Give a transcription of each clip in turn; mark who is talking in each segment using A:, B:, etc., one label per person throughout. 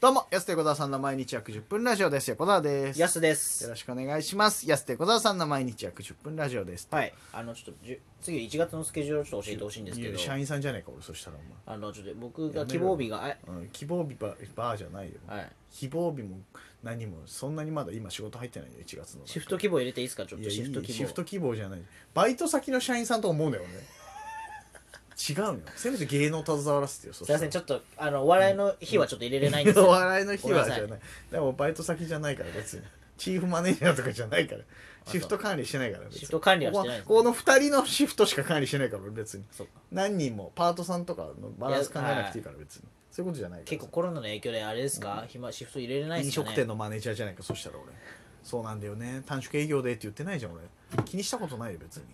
A: どうも、安手小沢さんの毎日約10分ラジオです。横澤です。
B: やすで
A: よ
B: す
A: ろしくお願いします。安手小沢さんの毎日約10分ラジオです。
B: はいあのちょっとじゅ次1月のスケジュールをちょっと教えてほしいんですけ
A: い
B: ど
A: や社員さんじゃないか、俺、そしたら
B: あのちょっと僕
A: や
B: が
A: め
B: 希
A: ろ
B: 望日があ
A: お前。うん、希望日ばバーじゃないよ。
B: はい
A: 希望日も何も、そんなにまだ今仕事入ってないよ、1月の。
B: シフト希望入れていいですかちょっ
A: い
B: と
A: やいい
B: シフト希望
A: シフト希望じゃない。バイト先の社員さんと思うんだよ、ね。違うのよ。せめて芸能携わらせてよ、そ
B: すいません
A: ち
B: ち
A: ょ
B: ょっとあのお笑いの日はちょっと入れれないんですよ
A: お笑いの日はじゃ
B: ごめん
A: な。
B: ない
A: でも、バイト先じゃないから、別に。チーフマネージャーとかじゃないから。
B: そう
A: シフト管理してないから、別に
B: シフト管理はしてないです
A: こここの2人のシフトしか管理してないから、俺別に。
B: そうか
A: 何人もパートさんとかのバランス考えなくていいから別にそういうことじゃないから
B: 結構コロナの影響であれですか、暇シフト入れれないで
A: 飲
B: すか、ね、
A: 食店のマネージャーじゃないかそしたら俺そうなんだよね短縮営業でって言ってないじゃん俺気にしたことないよ別に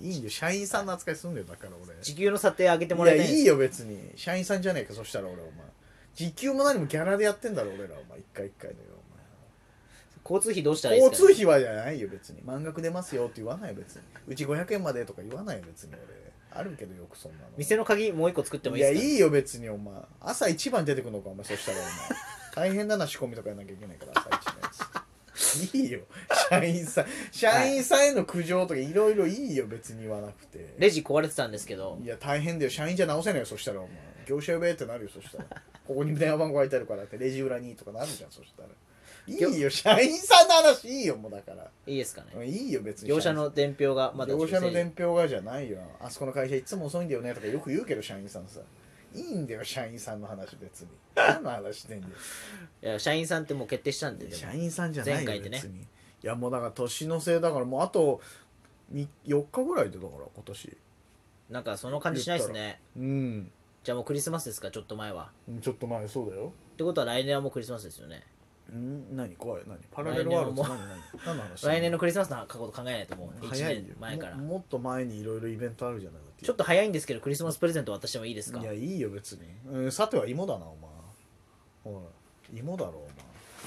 A: いいんだよ社員さんの扱いするんだよだから
B: 時給の査定上げてもら
A: 俺
B: い
A: い
B: た
A: や
B: い
A: いいよ別に社員さんじゃないかそしたら俺お前時給も何もギャラでやってんだろ俺らお前一回一回のよ
B: 交通費どうした
A: お
B: ら
A: 前
B: いいですか、
A: 交通費はじゃないよ別に満額出ますよって言わないよ別にうち500円までとか言わないよ 別に俺あるけどよくそんなの
B: 店の鍵もう一個作ってもいいですか
A: いやいいよ別にお前朝一番出てくるのかお前そしたらお 前大変だな仕込みとかやんなきゃいけないから朝一のやついいよ社員さん社員さんへの苦情とかいろいろいいよ別に言わなくて
B: レジ壊れてたんですけど
A: いや大変だよ社員じゃ直せないよそしたらお前業者呼べってなるよそしたらここに電話番号書いてあるからってレジ裏にとかなるじゃんそしたらいいよ社員さんの話いいよもうだから
B: いいですかね
A: いいよ別に
B: 業者の伝票がまだ
A: 業者の伝票がじゃないよあそこの会社いつも遅いんだよねとかよく言うけど社員さんさいいんだよ社員さんの話別に何の話してん だよ
B: いや社員さんってもう決定したんででも
A: 社員さんじゃない
B: 前
A: よ
B: 回でね
A: 別にいやもうだから年のせいだからもうあと4日ぐらいでだから今年
B: なんかその感じしないですね
A: うん
B: じゃあもうクリスマスですかちょっと前は
A: ちょっと前そうだよ
B: ってことは来年はもうクリスマスですよね
A: ん何怖い何パラレルワールド
B: 来
A: 何何何の話してん
B: 来年のクリスマスの過去と考えないともう1
A: 早いよ
B: 年前から
A: ももっと前にいろいろイベントあるじゃないだって
B: ちょっと早いんですけどクリスマスプレゼント渡してもいいですか
A: いやいいよ別に、うん、さては芋だなお前ほら芋だろ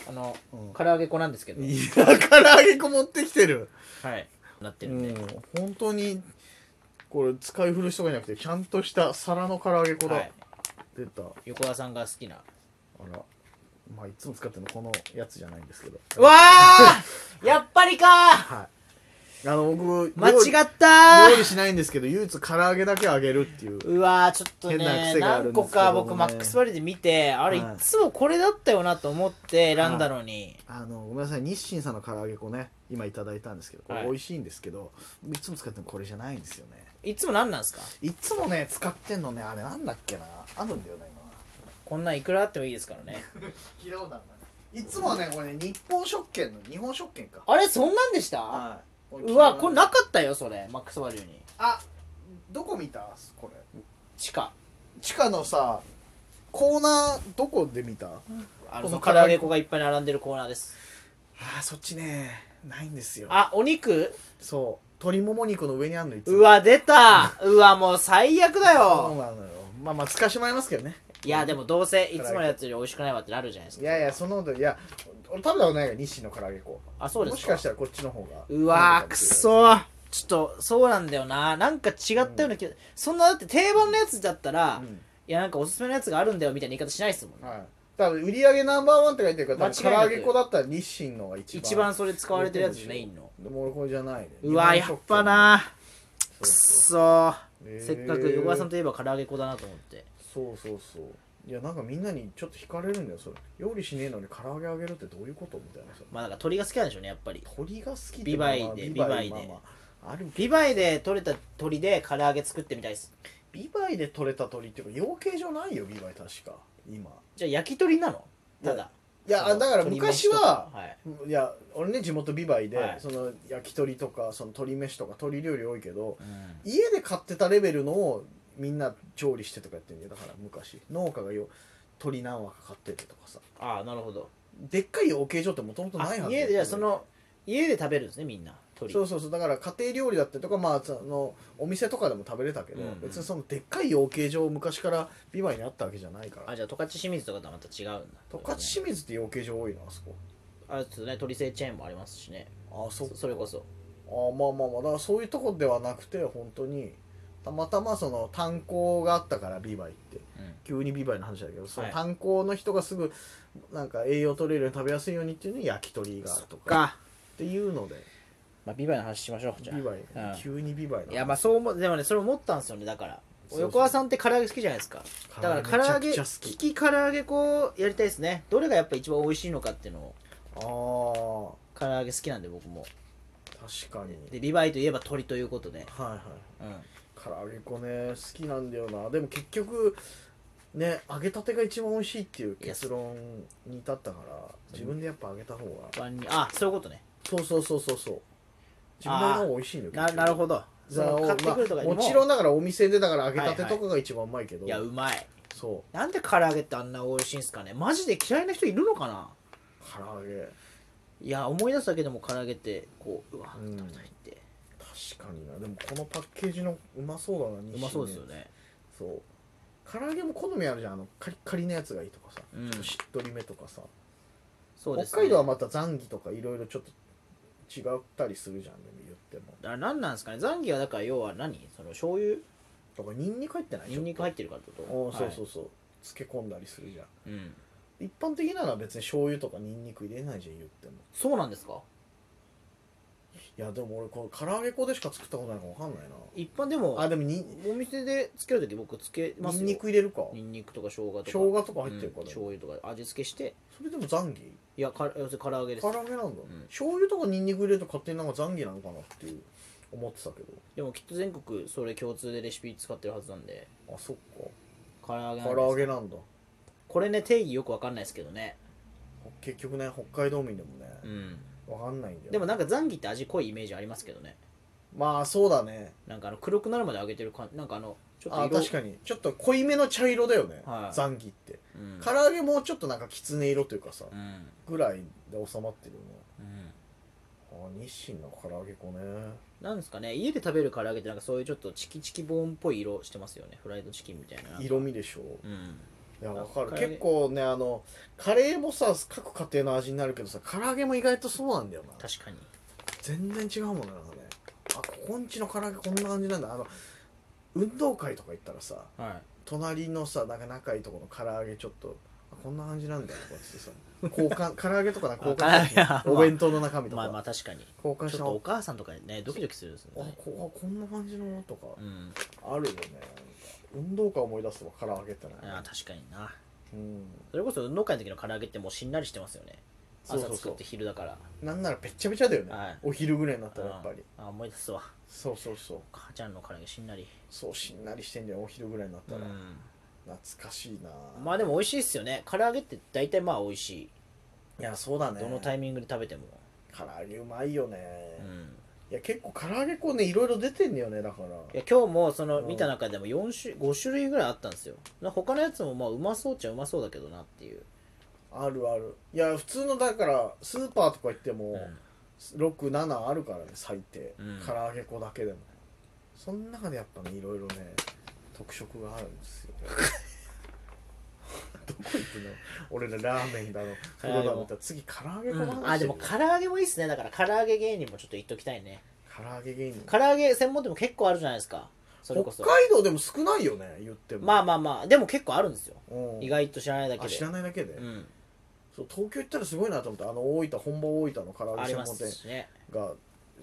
A: お前
B: あの、
A: うん
B: 唐揚げ粉なんですけど
A: いや、唐揚げ粉持ってきてる。
B: はいなって
A: う
B: るんで、
A: ん、本当に、これ使い古しとかじゃなくて、ちゃんとした皿の唐揚げ粉だ。
B: はい、
A: 出た。あ
B: 横田さんが好きな
A: ら。まあ、いつも使ってるのこのやつじゃないんですけど。
B: わあやっぱりか
A: はい。あの、僕、
B: 間違
A: 料理
B: った
A: 料理しないんですけど、唯一唐揚げだけあげるっていう。
B: うわーちょっと
A: 変な
B: ね
A: 癖があるんで
B: 何
A: す
B: 個
A: けどね
B: か僕マックスバリューで見てあれい
A: はい
B: つもこれだったよなと思って選んだのに、
A: あの、ごめんなさい、日清さんの唐揚げ粉ね、今いただいたんですけど、これ
B: はい
A: 美味しいんですけど、い、つも使ってるのこれじゃないんですよね。
B: い、つも何なんですか
A: いつもね、使ってんのね、あれなんだっけな。あるんだよね、今。
B: こんなんいくらあってもいいですからね
A: 聞いたことあるないつもはねこれね日本食券の日本食券か
B: あれそんなんでした、
A: はいこれ
B: うわこれ
A: 聞いた
B: なかったよそれマックスバリューに
A: ことないあどこ見たこれ
B: 地下
A: 地下のさコーナーどこで見たあ
B: あ
A: こ
B: の
A: の
B: 唐揚げ粉がいっぱい並んでるコーナーです
A: ーそっちねないんですよ
B: あお肉
A: そう鶏もも肉の上にあるのいつも
B: うわ出たうわもう最悪
A: そう
B: だよ
A: なのよまあまあ使わしてもらいますけどね
B: いやでもどうせいつものやつより美味しくないわってなるじゃないです
A: い
B: か
A: やいやそんなこといや俺食べたことないから日清の唐揚げ粉
B: あそうですか
A: もしかしたらこっちの方が
B: うわーくそーちょっとそうなんだよななんか違ったような気が、そんなだって定番のやつだったら、
A: う
B: い
A: ん
B: やなんかおすすめのやつがあるんだよみたいな言い方しないですもん、ね
A: はい多分売り上げナンバーワンって書いてるから多分唐
B: 間違いな
A: 揚
B: く
A: げ粉だったら日清のが一番
B: 一番それ使われてるやつメインの
A: でも俺これじゃないね
B: うわーやっぱな
A: そ
B: く
A: う
B: っ
A: そ
B: そー
A: うへー
B: せっかく横川さんといえば唐揚げ粉だなと思って
A: そうそうそういやなんかみんなにちょっと惹かれるんだよそれ料理しねえのに唐揚げあげるってどういうことみたいなさ
B: まあなんか鳥が好きなんでしょうねやっぱり
A: 鳥が好きって
B: ビバイで
A: まあ
B: ビバイで
A: まあまあある
B: ビバイで取れた鳥で唐揚げ作ってみたいです
A: ビバイで取れた鳥っていうか養鶏場ないよビバイ確か今
B: じゃあ焼き鳥なのただ
A: いやあだから
B: 鳥飯
A: 昔
B: と
A: は
B: はい、
A: いや俺ね地元ビバイで、
B: はい
A: その焼き鳥とかその鶏飯とか鶏料理多いけど家で買ってたレベルのをみんな調理してとかやってんだよだから昔農家がよ鳥何羽か買っててとかさ
B: ああなるほど
A: でっかい養鶏場ってもともとないはずだよ
B: あ家でじゃあその家で食べるんですねみんな鳥
A: そうそうそうだから家庭料理だったりとかまあそのお店とかでも食べれたけど、
B: うんうん
A: 別にそのでっかい養鶏場昔からビバイにあったわけじゃないから
B: あじゃあ十勝清水とかとはまた違うんだ
A: 十勝清水って養鶏場多いなあそこ
B: あちょっとね鳥製チェーンもありますしね
A: あそ
B: そそれこそ
A: あまあまあまあだからそういうとこではなくて本当にたまたまその炭鉱があったからビバイって
B: う
A: 急にビバイの話だけどその
B: はい
A: 炭鉱の人がすぐなんか栄養取れるように食べやすいようにっていうのに焼き鳥があるとか
B: か、
A: っていうので
B: まあ、ビバイの話しましょうじ
A: ビ
B: ゃあ
A: バイ、
B: うん
A: 急にビバイだ
B: いやまあそう思うでもねそれ思ったんですよねだから
A: そうそう
B: 横川さんって唐揚げ好きじゃないですか
A: 唐揚
B: だ
A: げ
B: から唐揚げ
A: めちゃ
B: 利
A: くちゃ好き
B: き唐揚げ粉やりたいですねどれがやっぱ一番美味しいのかっていうのを
A: あー
B: 唐揚げ好きなんで僕も
A: 確かに
B: でビバイといえば鳥ということで、
A: はいはい
B: うん、
A: 唐揚げ粉ね好きなんだよなでも結局ね揚げたてが一番美味しいっていう結論に至ったから自分でやっぱ揚げた方が
B: ワンにあそういうことね
A: そうそうそうそうそう自分で揚げた方が美味しいのよ
B: ななるほどそ
A: だか
B: の
A: ら
B: 買ってくるとか
A: まあ
B: に
A: も
B: も
A: ちろんだからお店でだから揚げたてとかが一番うまいけど、
B: いやうまい
A: そ
B: なんで唐揚げってあんな美味しいんすかねマジで嫌いな人いるのかな
A: う唐揚げ
B: いや思い出すだけでも唐揚げってこううわ
A: うん
B: 食べたいって、
A: 確かになでもこのパッケージのうまそうだな
B: うまそうですよね
A: そう唐揚げも好みあるじゃんあのカリッカリのやつがいいとかさ、
B: うん
A: ちょっとしっとりめとかさ、
B: そうです、ね、
A: 北海道はまたザンギとかいろいろちょっと違ったりするじゃんでも言っても
B: あ何なんですかねザンギはだから要は何その醤油
A: だからニンニク入ってない
B: ニンニク入ってるからって
A: ちょ
B: こ
A: っ
B: と
A: とおーそうそううそう、漬け込んだりするじゃん
B: そう、ん、
A: 一般的なのは別に醤油とかニンニク入れないじゃん言っても
B: そうなんですか
A: いやでも俺これ唐揚げ粉でしか作ったことないからわかんないな
B: 一般でも
A: あでもに
B: お店でつけるとき僕つけま
A: ニ
B: すよ
A: ンニク入れるか
B: ニンニクとか生姜とか
A: 生姜とか入ってる
B: うん
A: から、
B: 醤油とか味付けして
A: それでもザンギ
B: いやか要するに唐揚げです
A: 唐揚げなんだ、
B: ん
A: 醤油とかニンニク入れると勝手になんかザンギなのかなっていう思ってたけど
B: でもきっと全国それ共通でレシピ使ってるはずなんで
A: あそっか
B: 唐揚げなん
A: 唐
B: です
A: 揚げなんだ
B: これね定義よくわかんないですけどね
A: 結局ね北海道民でもね
B: うん
A: わかんないんだよ
B: でもなんかザンギって味濃いイメージありますけどね
A: まあそうだね
B: なんかあの黒くなるまで揚げてる感じなんかあのちょっと
A: あ
B: 色
A: 確かにちょっと濃いめの茶色だよね、
B: はい
A: ザンギって、
B: うん
A: 唐揚げもうちょっとなんかきつね色というかさ、
B: うん
A: ぐらいで収まってるよね
B: うん
A: あ日清の唐揚げ粉ね
B: なんですかね家で食べる唐揚げってなんかそういうちょっとチキチキボーンっぽい色してますよねフライドチキンみたいな
A: 色味でしょ
B: うん
A: いやわかる
B: 唐揚げ
A: 結構ねあのカレーもさ各家庭の味になるけどさ唐揚げも意外とそうなんだよな
B: 確かに
A: 全然違うもんねなんかねあここんちの唐揚げこんな感じなんだあの運動会とか行ったらさ
B: はい
A: 隣のさなんか仲いいとこの唐揚げちょっとあこんな感じなんだとかっつってさ交換 唐揚げとかな交換 して
B: あ唐揚げは
A: お弁当の中身とか、
B: まあまあ確かに
A: 交換
B: ちょ
A: し
B: ったとお
A: あ
B: 母さんとかねドキドキするんですよね
A: こあこんな感じのとか
B: うん
A: あるよねなんか運動会思い出すと唐揚げって
B: あ
A: な
B: あ確かにな
A: うん
B: それこそ運動会の時の唐揚げってもうしんなりしてますよね
A: そうそ
B: 朝
A: う
B: 作
A: そ
B: って昼だから
A: うなんならべっちゃべちゃだよね、
B: はい
A: お昼ぐらいになったらやっぱり
B: ああ思い出すわ
A: そうそうそう
B: 母ちゃんの唐揚げしんなり
A: そうしんなりしてんだよお昼ぐらいになった
B: う
A: ら、
B: ん
A: 懐かしいな
B: まあでも美味しいっすよね唐揚げって大体まあ美味しい
A: いやそうだね
B: どのタイミングで食べても
A: 唐揚げうまいよね、
B: うん
A: いや結構唐揚げ粉ねいろいろ出てんだよねだから
B: いや今日もその
A: うん
B: 見た中でも4種5種類ぐらいあったんですよな他のやつもまあうまそうっちゃうまそうだけどなっていう、
A: あるあるいや普通のだからスーパーとか行っても、67あるからね最低、
B: うん
A: 唐揚げ粉だけでもその中でやっぱねいろいろね特色があるんですよどこ行くの俺らラーメンだの
B: 唐
A: 風
B: 揚
A: 呂
B: げ粉
A: だのって次唐揚げ粉の話してるよ、
B: あでも唐揚げもいいっすねだから唐揚げ芸人もちょっと言っときたいね
A: 唐揚げ芸人
B: 唐揚げ専門店も結構あるじゃないですかそれこそ
A: 北海道でも少ないよね言っても
B: まあまあまあでも結構あるんですよ
A: うん
B: 意外と知らないだけ
A: あ
B: で
A: 知らないだけで、
B: うん、
A: そう東京行ったらすごいなと思ってあの大分本場大分の唐揚
B: あ
A: げ
B: り
A: 専
B: ま
A: 門
B: す
A: 店
B: しね
A: が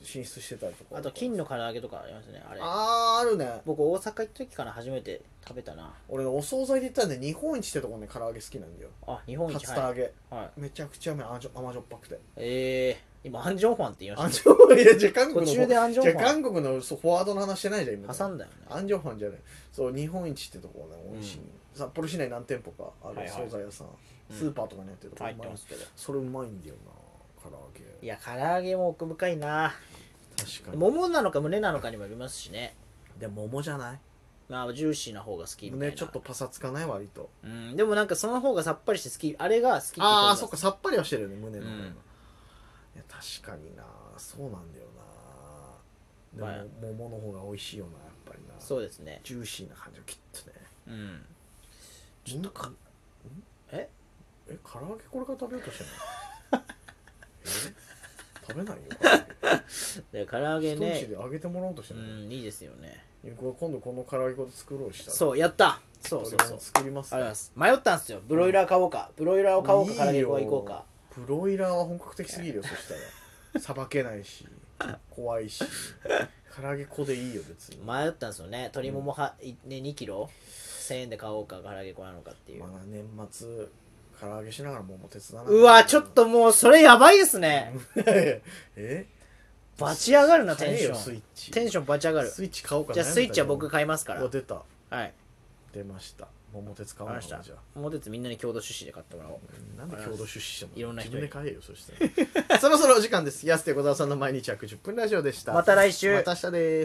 A: 進出してたりとか
B: あと金の唐揚げとかありますねあれ
A: あーあるね
B: 僕大阪行った時から初めて食べたな
A: 俺お惣菜で言ったらね日本一ってとこね唐揚げ好きなんだよ
B: あ日本
A: 竜
B: 一
A: 田揚
B: は
A: げ、
B: い、はい、
A: めちゃくちゃうまい甘じょ甘じょっぱくて
B: えー、今アンジョンファンって言いま
A: 安
B: し
A: 城 いやじゃあ韓
B: た
A: 国
B: 途
A: の
B: 中でアンジ
A: じ
B: ョ
A: ゃ
B: ン
A: あ
B: ファン
A: 韓国のそうフォワードの話してないじゃん今
B: 挟んだよね
A: アンジョンファンじゃないそう日本一ってとこがね美味しい、
B: うん
A: 札幌市内何店舗かあ
B: はい
A: る
B: はい
A: 惣菜屋さん、
B: うん
A: スーパーとかにやってるとこ
B: 入
A: う
B: っ
A: ま
B: て
A: い
B: ますけど
A: それうまいんだよな唐揚げ
B: いや唐揚げも奥深いな
A: 確かに
B: 桃なのか胸なのかにもよりますしね
A: でも桃じゃない
B: まあジューシーな方が好きみたいな、
A: ねちょっとパサつかない割と
B: うん、でもなんかその方がさっぱりして好きあれが好きって人い
A: あ
B: ま
A: あ
B: す
A: そっかさっぱりはしてるよね胸の方が、
B: うん
A: いや確かになそうなんだよなでも、桃の方が美味しいよなやっぱりな
B: そうですね
A: ジューシーな感じがきっとね
B: うん
A: ちょっとか
B: え
A: え唐揚げこれから食べようとしてんのえ食べないよ唐
B: で唐揚げ
A: 揚げ人んち
B: ね
A: で揚げてもらおうとして
B: うん
A: の、
B: んいいですよね
A: 僕は今度この唐揚げ粉で作ろうしたら
B: そうやったそうそう
A: 俺
B: そう
A: も作ります
B: あります迷ったんですよブロイラー買おうかブロイラーを買おうか
A: いい
B: 唐
A: よ
B: 揚げ粉行こうか
A: ブロイラーは本格的すぎるよそしたらさばけないし怖いし唐揚げ粉でいいよ別に
B: 迷ったんですよね鶏ももは、いね、2キロ1000円で買おうか唐揚げ粉なのかっていう
A: まあ年末唐揚げしながらもう手伝わな
B: うわちょっともうそれやばいですね
A: え
B: バチ上がるな
A: 買
B: テン
A: え
B: シ
A: よ
B: ョ
A: スイ
B: ン
A: ッチ
B: テンションバチ上がる
A: スイッチ買おうか
B: じゃあスイッチは僕
A: 買
B: 買いますから
A: う出た
B: はい
A: 出ました桃鉄買おう
B: 買い
A: か
B: ま
A: な
B: し
A: じゃ
B: た
A: あ
B: もう鉄みんなに共同出資で買ってもらおう
A: なんで共同出資しても
B: いろんな人
A: 自分で買えよ そしてそろそろお時間です安手小沢さんの毎日約10分ラジオでした
B: また来週
A: また明日です